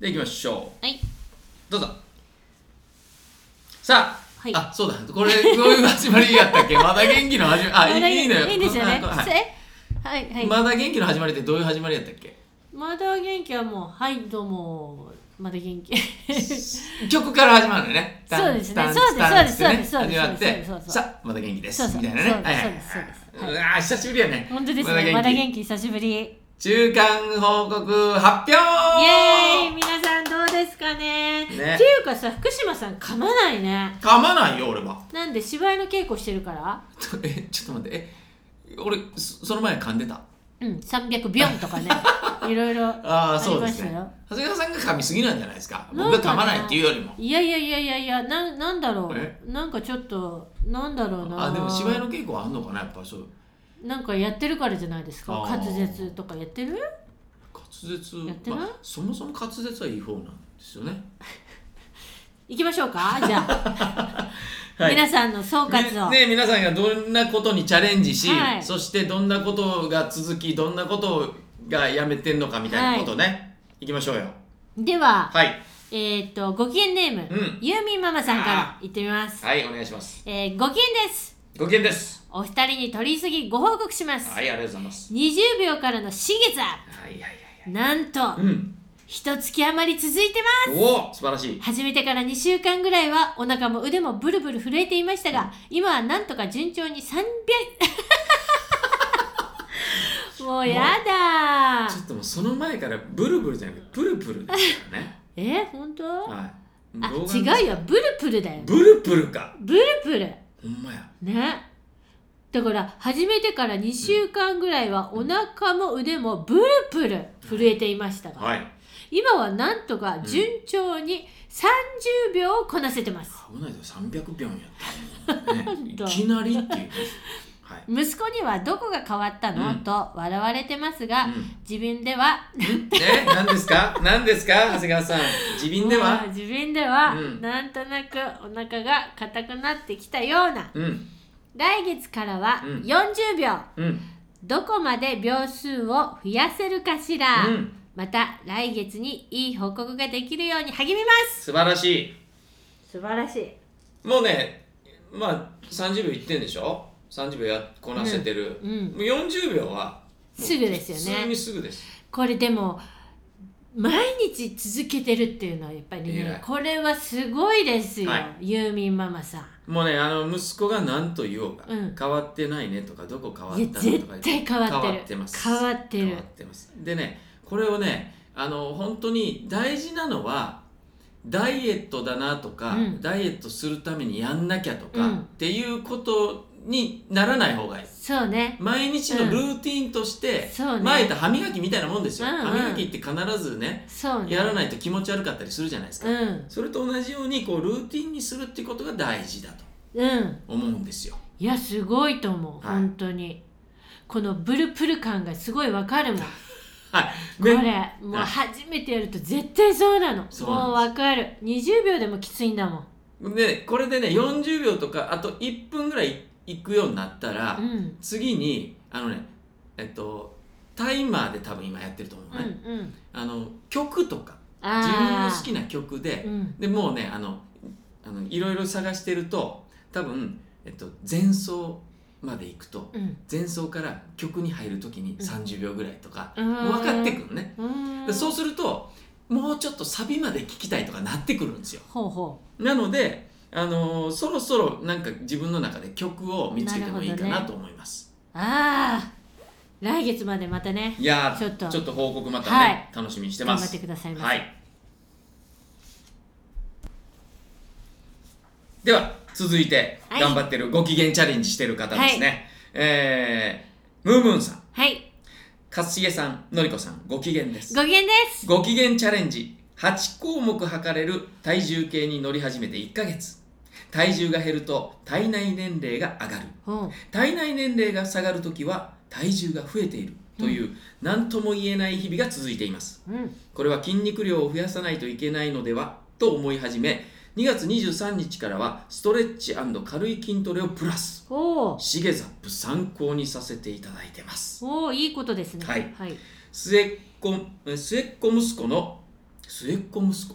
で行きましょうはいどうぞさあはいあそうだこれどういう始まりや ったっけまだ元気の始まりあいいのよいいですよねこんなははいいはいはい、ままだ元気の始まりってどういう始まりやったっけだ元気はもうはいどうもま だ元気曲から始まるのねそうですねタンそうですタンタンってねそうですそうで始まってすそうですさあまだ元気でそうすそうみたいなねそうですはいはいそうですそうですはいうわー久しぶりやね本当ですねままだだ元元気気久しぶりイエ中間報告発表ーイ皆さんどうですかねねっていうかさ福島さん噛まないね噛まないよ俺は なんで芝居の稽古してるからえちょっと待ってえ俺そその前噛んでたうん300ビョン とかねいろいろあああそりうでますしたねよ長谷川さんが噛みすぎなんじゃないですかなん僕がかね噛まないっていうよりもいやいやいやいやいやななんだろえうなんかちょっとなんだろうなあでも芝居の稽古はあんのかなやっぱそうなんかやってるからじゃないですかあー滑舌とかやってる滑舌やってないまあ、そもそも滑舌はいい方なんですよね行きましょ うかじゃあ、皆さんの総括を、ねね皆さんがどんなことにチャレンジし、はいそしてどんなことが続きどんなことがやめてんのかみたいなことね、い、きましょうよでは、はいえーっとご機嫌ネーム、うんユーミンママさんからあ行ってみます、はいお願いしますえーご機嫌ですご機嫌ですお二人に取り急ぎご報告します、はいありがとうございます20秒からのシ月アはいはいはいップなんとはいうん一月余り続いてますおお素晴らしい始めてから2週間ぐらいはお腹も腕もブルブル震えていましたが今はなんとか順調に300 もうやだちょっともうその前からブルブルじゃなくてプルプルですからねえ本当はいあ老眼違うよブルプルだよブルプルかブルプルほんまやねだから始めてから2週間ぐらいはお腹も腕もブルプル震えていましたが、はい今はなんとか順調に30秒をこなせてます、危ないで300秒や ったのに、ね、い当きなりっていうねはい、息子にはどこが変わったの、うんと笑われてますが、うん自分ではえ何ですか何ですか長谷川さん自分でもは う自分では、うんなんとなくお腹が硬くなってきたようなうん来月からはうん40秒、うんどこまで秒数を増やせるかしら、うんまた来月にいい報告ができるように励みます素晴らしい素晴らしいもうねまあ30秒いってんでしょ30秒やこなせてる、うんうんもう40秒はもうすぐですよね普通にすぐですこれでも毎日続けてるっていうのはやっぱり偉ねいこれはすごいですよ、はユーミンママさんもうねあの息子が何と言おうが、うん変わってないねとかどこ変わいやったのと絶か言って対変わってる変わってます変わってる変わってますでねこれをねあの本当に大事なのはダイエットだなとか、うんダイエットするためにやんなきゃとか、うんっていうことにならない方がいいそうね毎日のルーティンとして、そうね前言った歯磨きみたいなもんですよ、うんうん歯磨きって必ずねそうねやらないと気持ち悪かったりするじゃないですか、うんそれと同じようにこうルーティンにするってことが大事だとうん思うんですよいやすごいと思う、はい本当にこのブルプル感がすごいわか るもんはいこれねもう初めてやると絶対そうなのそうもうなわかる20秒でもきついんだもんでこれでね40秒とかあと1分ぐらいいくようになったら、うん次にあのねえっとタイマーで多分今やってると思ううんね、うんあの曲とかあ自分の好ーきな曲で、うんでもうねあのあのいろいろ探してると多分、えっと、前奏まで行くとうん前奏から曲に入る時にうん30秒ぐらいとか、うんもう分かってくるのね、でうんそうするともうちょっとサビまで聞きたいとかなってくるんですよほうほなので、あのーそろそろなんか自分の中で曲を見つけてもいいかなと思います。うああ来月までまたねいやーちょっとちょっと報告またね、はい楽しみにしてま頑す。張ってくださいませ、はい。では続いてはい頑張ってる、ご機嫌チャレンジしてる方ですね。えー、ムームーンさん、はい、かすしげさん、のりこさん、ご機嫌です。ご機嫌ですご機嫌チャレンジ8項目測れる体重計に乗り始めて1ヶ月体重が減ると体内年齢が上がるうん体内年齢が下がるときは体重が増えているという何とも言えない日々が続いていますうんこれは筋肉量を増やさないといけないのではと思い始め2月23日からはストレッチ軽い筋トレをプラスおーシゲザップ参考にさせていただいてますおーいいことですねはいはい、末っ子末っ子息子の末っ子息子末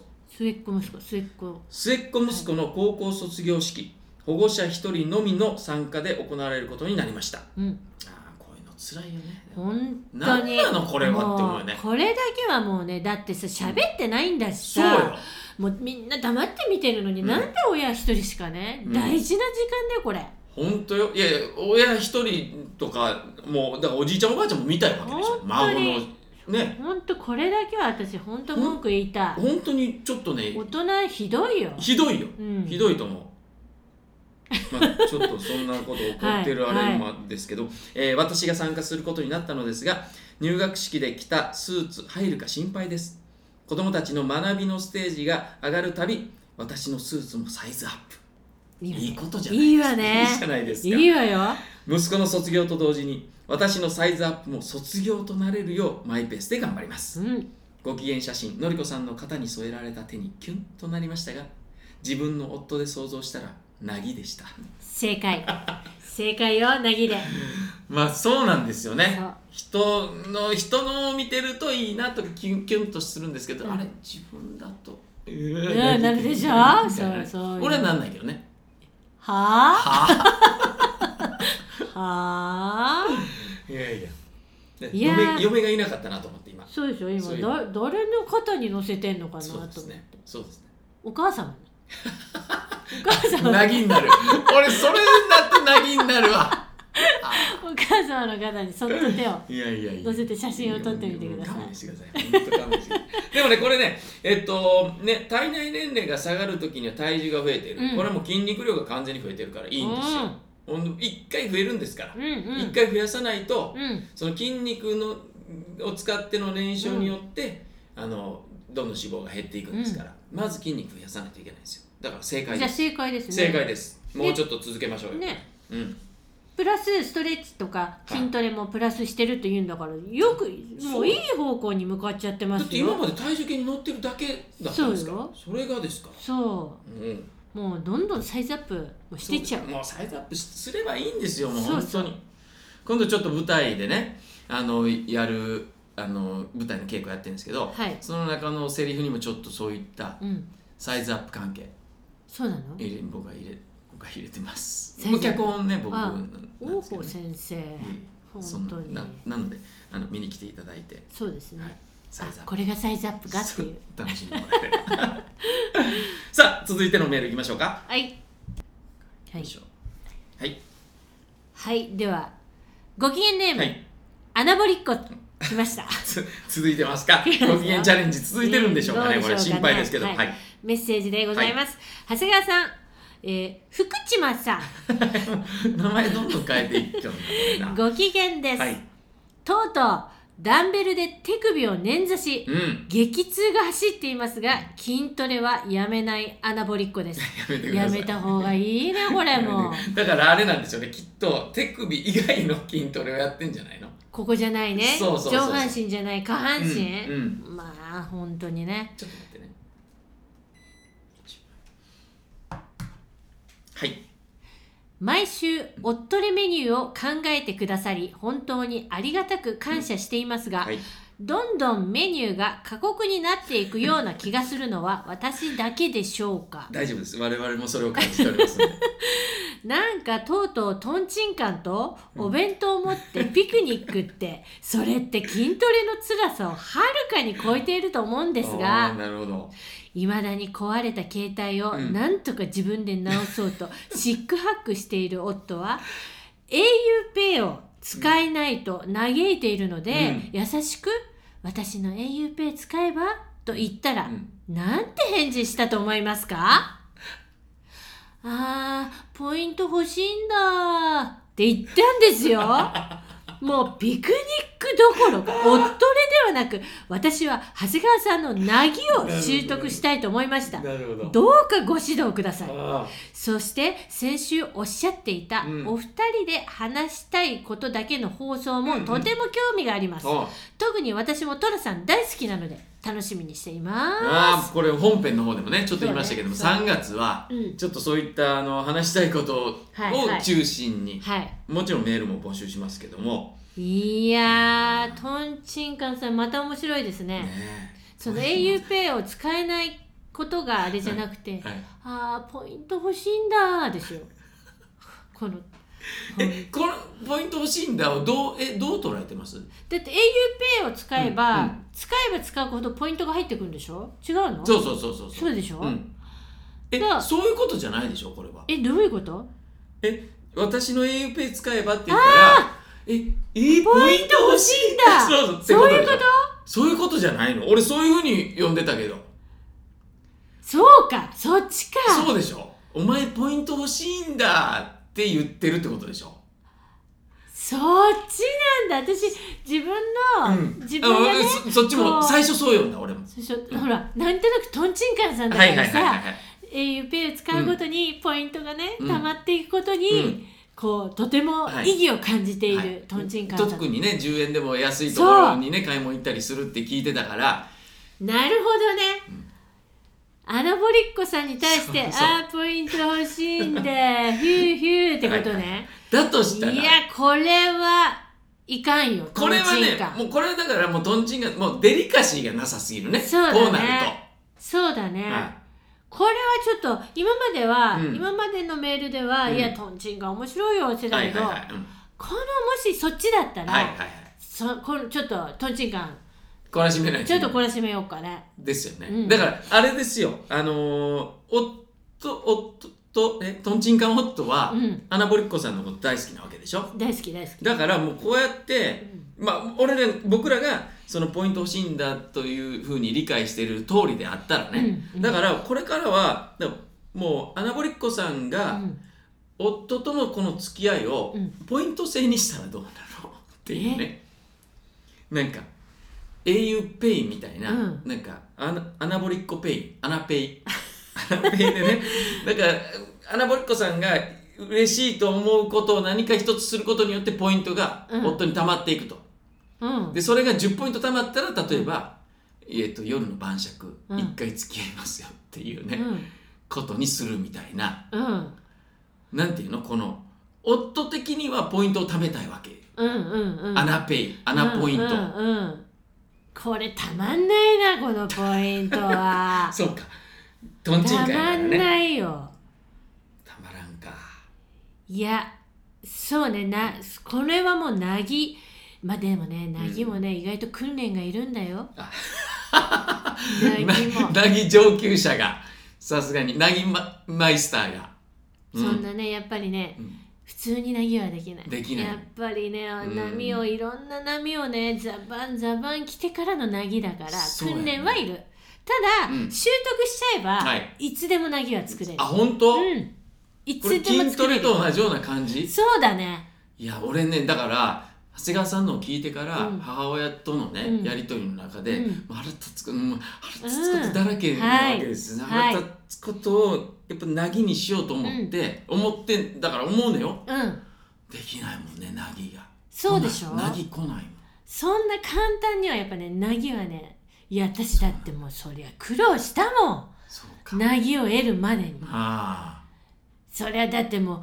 っ子息子末っ子末っ子息子の高校卒業式保護者一人のみの参加で行われることになりましたあうんあこういうの辛いよね本当何になのこれはって思うよもねうこれだけはもうねだってさ喋ってないんだしそうさ、よもうみんな黙って見てるのに、うんなんで親一人しかね、うん大事な時間だよこれ本当よいやいや親一人とかもうだからおじいちゃんおばあちゃんも見たいわけでし本ょ当に孫のねほんとこれだけは私ほんと文句言いたい本当にちょっとね大人ひどいよ、ひどいようん、ひいどいと思う。まあ、ちょっとそんなこと起こ ってるあれもですけど、えー私が参加することになったのですが入学式で着たスーツ入るか心配です子供たちの学びのステージが上がるたび私のスーツもサイズアップいいことじゃないいいわねいいじゃないですかいいわよ息子の卒業と同時に私のサイズアップも卒業となれるようマイペースで頑張りますうんご機嫌写真のりこさんの肩に添えられた手にキュンとなりましたが自分の夫で想像したらなぎでした正解正解よなぎでまあそうなんですよねそう人の人のを見てるといいなとかキュンキュンとするんですけど、うんあれ自分だとううんなるでしょそうそう俺はなんないけどねははああはあいやいやねいやー嫁嫁がいなかったなと思って今そうでしょそう今よだ誰の肩に乗せてんのかなとそう思っでて、すねそうですねお母様お母 様なぎになる俺それになってなぎになるわお母様の方にそっと手をいやいやいや乗せて写真を撮ってみてくださいうん勘弁してください本当勘弁してくださいでもねこれねえっとね体内年齢が下がる時には体重が増えてる、うんこれはもう筋肉量が完全に増えてるからいいんですよ、ほんで一回増えるんですからうんうんうん一、回増やさないとうんその筋肉のを使っての燃焼によって、あのどんどん脂肪が減っていくんですから、まず筋肉増やさないといけないんですよだから正解じゃであす正解ですね正解ですもうちょっと続けましょうよ、ねうん、プラスストレッチとか筋トレもプラスしてるというんだからよくもういい方向に向かっちゃってまだっすて今よまで体重計に乗ってるだけだったんですかそうらよそれがですかそうんうもうどんどんサイズアップをしてっちゃうもうサイズアップすればいいんですよもうそう本そう当に今度ちょっと舞台でねあのやるあの舞台の稽古やってるんですけど、はいその中のセリフにもちょっとそういったうんサイズアップ関係そうなの入れ僕は入れ僕は入れてますサイズアップ脚本ね僕あなんですけ王ど鵬ね先生うんそ本ん当にななのであの見に来ていただいてそうですね、はいサイズアあップこれがサイズアップかっていうそう楽しんでもらえて さあ続いてのメールいきましょうか、はいはよいいしょはいはいではご機嫌ネーム、はいアナボリッコ来 ましたつ続いてますかいごや機嫌チャレンジ続いてるんでしょうかね、うんこどうれでしょうか心ね配ですけど、は、はいいはい、メッセージでございます、長谷川さん、えー福島さん 名前どんどん変えていっちゃうんだろうご機嫌です、な。はい、とうとうダンベルで手首を捻挫しうん、激痛が走っていますが筋トレはやめないアナボリッコですやめてくだやさい。めた方がい いねこれもうやめてだからあれなんですよね、きっと手首以外の筋トレをやってんじゃないの。ここじゃないねそうそうそうそう上半身じゃない下半身、うんうんまあ本当にねちょっと待ってね。はい、毎週おっとりメニューを考えてくださり本当にありがたく感謝していますが、はい、どんどんメニューが過酷になっていくような気がするのは 私だけでしょうか大丈夫です。我々もそれを感じておりますので。なんかとうとうとんちんカンとお弁当を持ってピクニックってそれって筋トレの辛さをはるかに超えていると思う んですあーがなるほど。いまだに壊れた携帯をうんなんとか自分で直そう とシックハックしている夫は auPay を使えないと嘆いているので、優しく「私の auPay 使えば?」と言ったら、うんなんて返事したと思いますかあーポイント欲しいんだーって言ったんですよもうピクニックどころかおっとれではなく私は長谷川さんのなぎを習得したいと思いましたなるほど。どうかご指導くださいあそして先週おっしゃっていたうんお二人で話したいことだけの放送もうんうんとても興味がありますーあー、特に私もトラさん大好きなので楽しみにしていますあーこれ本編の方でもね、ちょっと言いましたけども、そうねそ3月は。うん、ちょっとそういったあの話したいことをはいはい中心に、はもちろんメールも募集しますけども、い。いやー、とんちんかんさん、また面白いですね。ねその auPay を使えないことがあれじゃなくて、はい、ああポイント欲しいんだーですよ この えこのポイント欲しいんだをどうえどう捉えてますだって auPay を使えうば、んうん使えば使うほどポイントが入ってくるんでしょ違うのそううそうそうそうそうでしょ、うん、えだそういうことじゃないでしょこれはえどういうことえ私の auPay 使えばって言ったらえいいポイント欲しいんだポそうそういうってことでしょそういうことじゃないの俺そういうふうに呼んでたけどそうかそっちかそうでしょお前ポイント欲しいんだって言ってるってことでしょそっちなんだ私自分の、うん自分がねあそそっちもこう最初そう呼んだ俺も最初うんほらなんとなくとんちんかんさんだはかいはらいはいはいさはい auPay を使うごとにポイントがね、うん溜まっていくことに、うんこうとても意義を感じているとんちんかんさん、特にね10円でも安いところにね買い物行ったりするって聞いてたからなるほどね、アナボリッコさんに対してそうそうあーポイント欲しい んでヒューヒューってことね、だといしたらやこれはいかんよこれはとんちんねかんもうこれはだからもうとんちんがもうデリカシーがなさすぎるねそうだねこうなるそうだね、と、はいこれはちょっと今までは、うん今までのメールでは、うんいやとんちんが面白いよって言ってたはいけはど、いはいうんこのもしそっちだったら、はいはいはいそこのちょっととんちんかん懲らしめない ちょっと懲らしめようかねですよね、うんだからあれですよあのー、夫夫えとんちんかん夫は、うんアナボリッコさんのこと大好きなわけでしょ大好き大好きだからもうこうやって、まあ、俺ら僕らがそのポイント欲しいんだというふうに理解している通りであったらね、うんうんだからこれからはだからもうアナボリッコさんうがん夫とのこの付き合いをうんポイント制にしたらどうなのっていうねなんか auPay みたいな、うんなんかアナアナボリッコペイアナペイアナペイで ねなんかアナボリッコさんが嬉しいと思うことを何か一つすることによってポイントがうん夫に溜まっていくと。うんでそれが10ポイント貯まったら例えば、えー、と夜の晩酌うん1回付き合いますよっていうね、うんことにするみたいなうんなんていうのこの夫的にはポイントを貯めたいわけ、うんうんうんアナペイアナポイント、うんうんうんこれたまんないなこのポイントはそうかとんちんかたいだまからんねないよたまらんかいやそうねなこれはもうなぎまあでもねなぎもね、意外と訓練がいるんだよあな ぎもなぎ上級者がさすがになぎママイスターが、うそんんなねやっぱりねうん普通になぎはできないできないやっぱりねん波をいろんな波をねザバンザバン来てからのなぎだからそうやね訓練はいるただ、うん習得しちゃえば、はいい、つでもなぎは作れるあ本当、うんいこつれでも筋ト作れレると同じような感じそうだねいや俺ねだから長谷川さんのを聞いてから、うん母親とのね、うんやりとりの中で、うんもう腹立つこともう腹立つことだらけうんなわけです、はい腹立つことをやっぱなぎにしようと思って、思ってだから思うのようんできないもんねなぎがそうでし来ょないなぎ来ないもんそんな簡単にはやっぱねなぎはねいや私だってもうそりゃ苦労したもそうかんなぎを得るまでにあそりゃだっても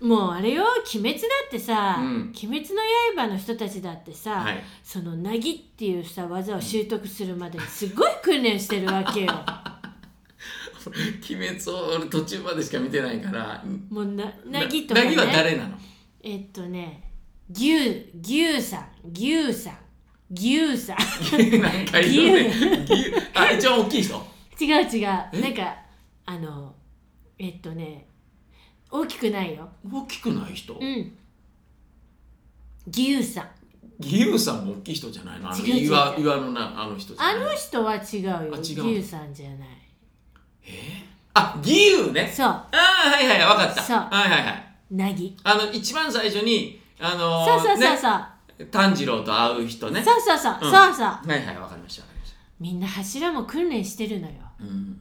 うもうあれよ「鬼滅」だってさ「うん鬼滅の刃」の人たちだってあさ、はいそのなぎっていうさ技を習得するまでにすごい訓練してるわけ よ「鬼滅」を俺途中までしか見てないからもうなななぎとか、ね、なぎは誰 なのえっとね牛牛さん牛さん牛さんなんかいるね牛あ一番大きい人違う違うなんかあのえっとね大きくないよ大きくない人、うん牛さん義勇さんも大きい人じゃないのあの違う違う岩違う岩のなあの人じゃなあいの人は違うよあ違う牛さんじゃないえー、あ義勇ねそうああはいはい分かったそうはいはいはいなぎあの一番最初にあのそうそうそうねそう、炭治郎と会う人ねそうそうそう、うんそうそうはいはい分かりました分かりましみんな柱も訓練してるのよたうん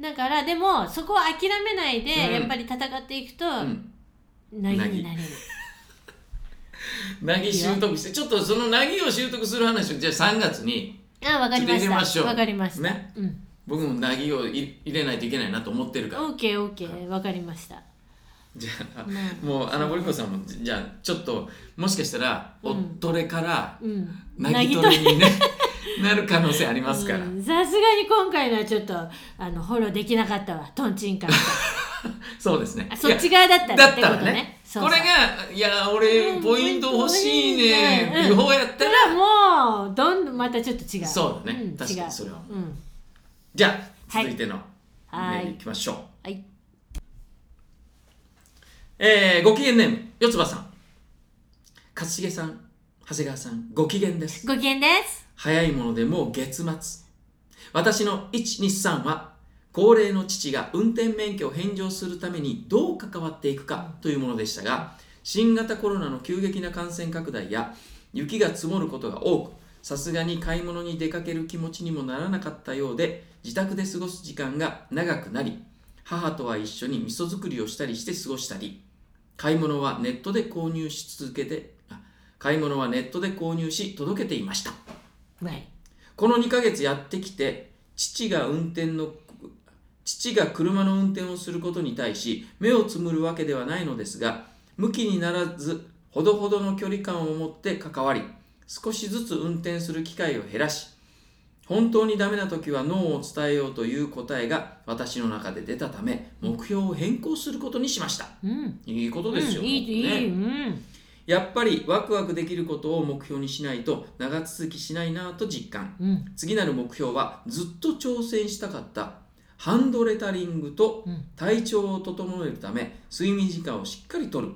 だからでもそこを諦めないで、うんやっぱり戦っていくと、うんなぎになれるなぎ習得してちょっとそのなぎを習得する話をじゃあ3月にあわかちょっりまと入れまししたょうわかりました、ねうん僕もなぎをい入れないといけないなと思ってるから OKOK わかりましたじゃあまあもうアナボリコさんもじじゃあちょっともしかしたらうんおっとれからうんなぎとれにねなる可能性ありますから、うんさすがに今回のはちょっとあのフォローできなかったわとんちん かんそうですねあそっち側だったらってことだったらねそうこそうれが「いや俺うんポイント欲しいね」うんっていう方やったたら、らもうどんどんまたちょっと違うそうだね、ん確か違うにそれはうんじゃあはい続いてのメはいールいきましょう、はいえーご機嫌ネーム四つ葉さん勝重さん長谷川さんご機嫌ですご機嫌です早いものでもう月末私の123は高齢の父が運転免許を返上するためにどう関わっていくかというものでしたが新型コロナの急激な感染拡大や雪が積もることが多くさすがに買い物に出かける気持ちにもならなかったようで自宅で過ごす時間が長くなり母とは一緒に味噌作りをしたりして過ごしたり買い物はネットで購入し続けてあ買い物はネットで購入し届けていましたはいこの2ヶ月やってきて父が運転の父が車の運転をすることに対し目をつむるわけではないのですが向きにならずほどほどの距離感を持って関わり少しずつ運転する機会を減らし本当にダメな時は脳を伝えようという答えが私の中で出たため目標を変更することにしましたうんいいことですよ、うんいいいねい、うんやっぱりワクワクできることを目標にしないと長続きしないなぁと実感うん次なる目標はずっと挑戦したかったハンドレタリングとうん体調を整えるため睡眠時間をしっかりとる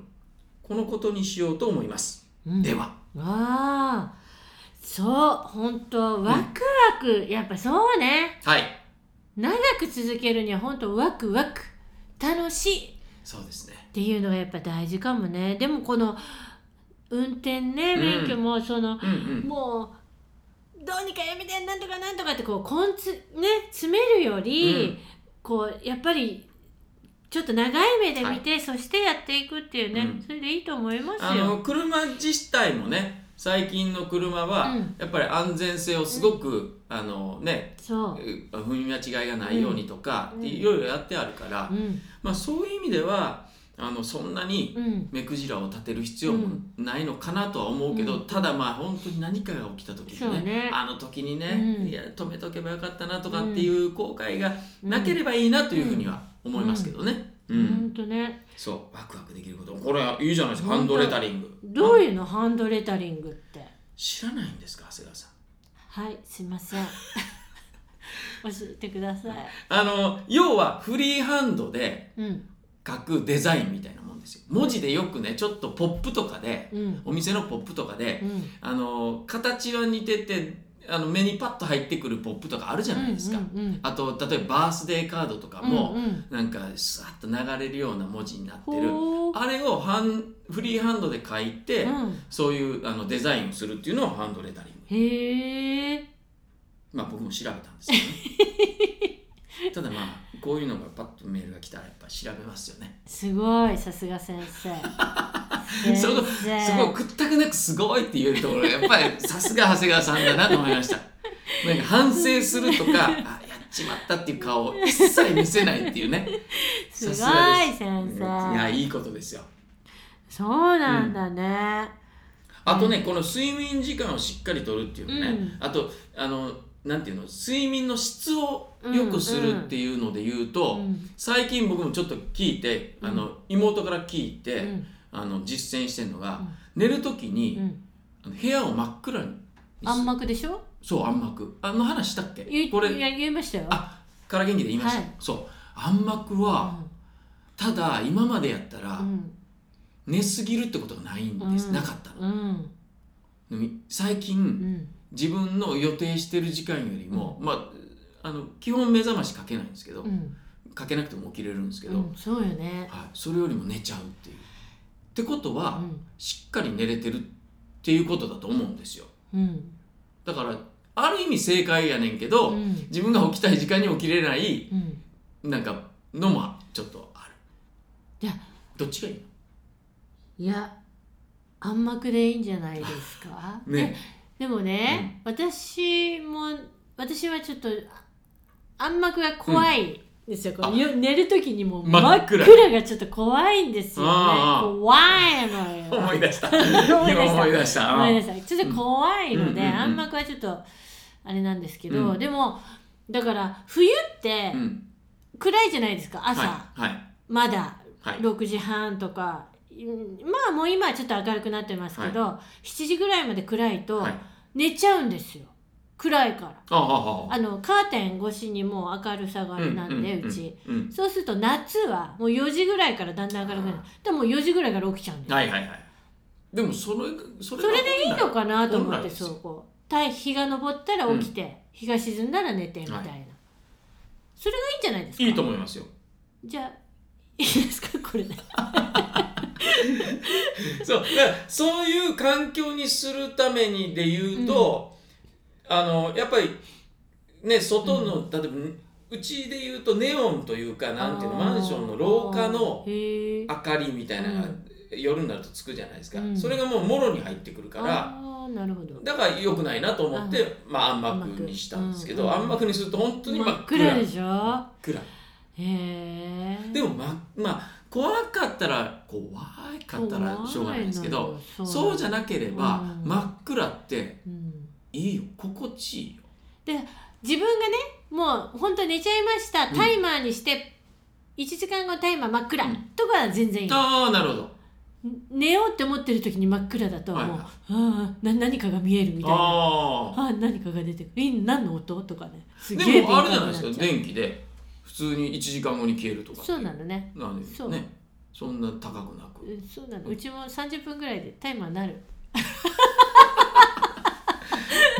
このことにしようと思います、うんではわあそう本当ワクワク、やっぱそうねはい長く続けるには本当ワクワク楽しいそうですねっていうのがやっぱ大事かもねでもこの運転ねうん免許もその、うんうんもうどうにかやめてなんとかなんとかってこうこんつね詰めるより、こうやっぱりちょっと長い目で見て、そしてやっていくっていうね、うんそれでいいと思いますあよ。の車自体もね最近の車は、うんやっぱり安全性をすごく、あのねそう、踏み間違いがないようにとか、うんいろいろやってあるから、うんまあ、そういう意味ではあのそんなにうん目くじらを立てる必要もないのかなとは思うけど、うんただまあ本当に何かが起きた時そうにねねあの時にね、うんいや止めとけばよかったなとかっていう後悔がなければいいなというふうには思いますけどね。うんほんとねそうワクワクできることこれはいいじゃないですか本ハ当ンドレタリングどうあいうのハンドレタリングって知らないんですか長谷川さんはいすいま せん教えてくださいあの要はフリーハンドでうん書くデザインみたいなもんですよ文字でよくねちょっとポップとかでうんお店のポップとかでうんあの形は似ててあの目にパッと入ってくるポップとかあるじゃないですか、うんうんうんあと例えばバースデーカードとかうも、んうんなんかスワッと流れるような文字になってるほーあれをハンフリーハンドで書いて、うんそういうあのデザインをするっていうのをハンドレタリングへえまあ僕も調べたんですけ どねただまあこういうのがパッとメールが来たらやっぱ調べますよねすごいさすが先生 先そこ生すごいくったくなくすごいって言えるところがやっぱりさすが長谷川さんだなと思いましたなんか反省するとかあやっちまったっていう顔を一切見せないっていうねすごいさがです先生いやいいことですよそうなんだね、あとねこの睡眠時間をしっかりとるっていうのね、うんあとあのなんていうの睡眠の質を良くするっていうので言うと、うん最近僕もちょっと聞いてあの、妹から聞いて、うんあの実践してるのが、寝る時に、うん、あの部屋を真っ暗にする暗幕でしょそう暗幕あの話したっけ言いこれいや言いましたよあから元気で言いました、はいそう暗幕は、ただ今までやったら、うん寝すぎるってことがないんです、うんなかったの、うんでも最近、うん自分の予定してる時間よりも、まああの基本目覚ましかけないんですけど、うんかけなくても起きれるんですけど、うんそうよねはい、それよりも寝ちゃうっていうってことうは、んしっかり寝れてるっていうことだと思うんですようんだからある意味正解やねんけど、うん自分が起きたい時間に起きれないうんなんかのもちょっとあるいやどっちがいいいや暗幕でいいんじゃないですかのねでもね、私も私はちょっとあ暗幕が怖いんですよ、こうあよ寝る時にもう真真っっ暗暗がちょっと怖いんですよねああ怖いのよ思い出した思い出した今思い出した思い出したちょっと怖いので、うんうんうんうん暗幕はちょっとあれなんですけど、うんでもだから冬ってうん暗いじゃないですか朝、はいはいまだはい6時半とか、うんまあもう今はちょっと明るくなってますけど、7時ぐらいまで暗いとはい寝ちゃうんですよ暗いから。あああああのカーテン越しにもう明るさがあれなんで、うち。うんそうすると夏はもう4時ぐらいからだんだん明るくなるでもう4時ぐらいから起きちゃうんですよはいはいはいでもそれそれそれでいいのかかなと思っ本来てですよそうこう太日が昇ったら起きて、日が沈んだら寝てみたいな、はそれがいいんじゃないですかいいと思いますよじゃあいいですかこれで そうだからそういう環境にするためにで言うと、あのやっぱりね外の、例えばうちで言うとネオンというかなんていうのマンションの廊下のへえ明かりみたいなのがう夜になるとつくじゃないですか、うんそれがもうもろに入ってくるからあーなるほどだから良くないなと思ってあまあ、暗幕にしたんですけど、暗幕暗幕うんにすると本当に真真っっ暗暗でしょ暗いへえでもままあ怖かったら怖かったらしょうがないですけどそうじゃ、ゃなければ、うん真っ暗ってうんいいよ心地いいよ自分がねもう本当寝ちゃいましたうんタイマーにして1時間後タイマー真っ暗、うんとかは全然いいああなるほど寝ようって思ってる時に真っ暗だともう、はいはいああな何かが見えるみたいな。ああああ何かが出てくるえ何の音とかねすげえで敏もあ感れじゃなにないっですかちゃう電気で普通に1時間後に消えるとかそうなののねなんでそうねそんな高くなくうんそうなのうちも30分ぐらいでタイマーなる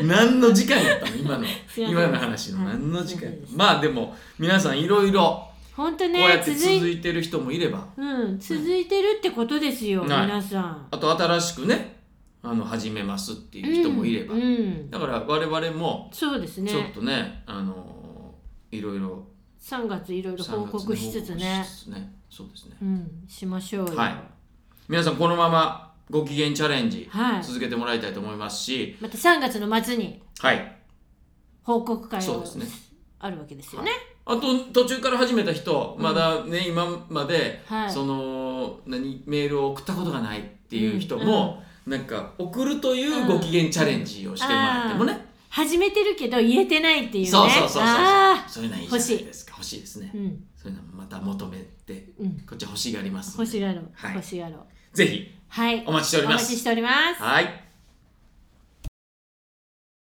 何の時間やったの今のすいません今の話の何の時間やはいったまあでも皆さんいろいろ本当こうやねって続続いいてる人もいればうん続いてるってことですよ、はい皆さんあと新しくねあの始めますっていう人もいればうんうんだから我々もそうですねちょっとねあのいろいろ3月いろいろ報3月告にしつつね報告しつつねそうですねうんしましょうよはい皆さんこのままご機嫌チャレンジはい続けてもらいたいと思いますし、また3月の末にはい、報告会そうをですねあるわけですよねあと途中から始めた人まだね、今まで、はいその何メールを送ったことがないっていう人も、なんか送るというご機嫌チャレンジをしてもらってもね、始めてるけど言えてないっていうねそうそうそうそうあそういうのいいじゃないですか欲しいですね、ーうんそういうのまた求めてうんこっち欲しがりますんで欲しがろう、はい欲しがろうぜひはいお待ちしておりおま待ちすしておりますはい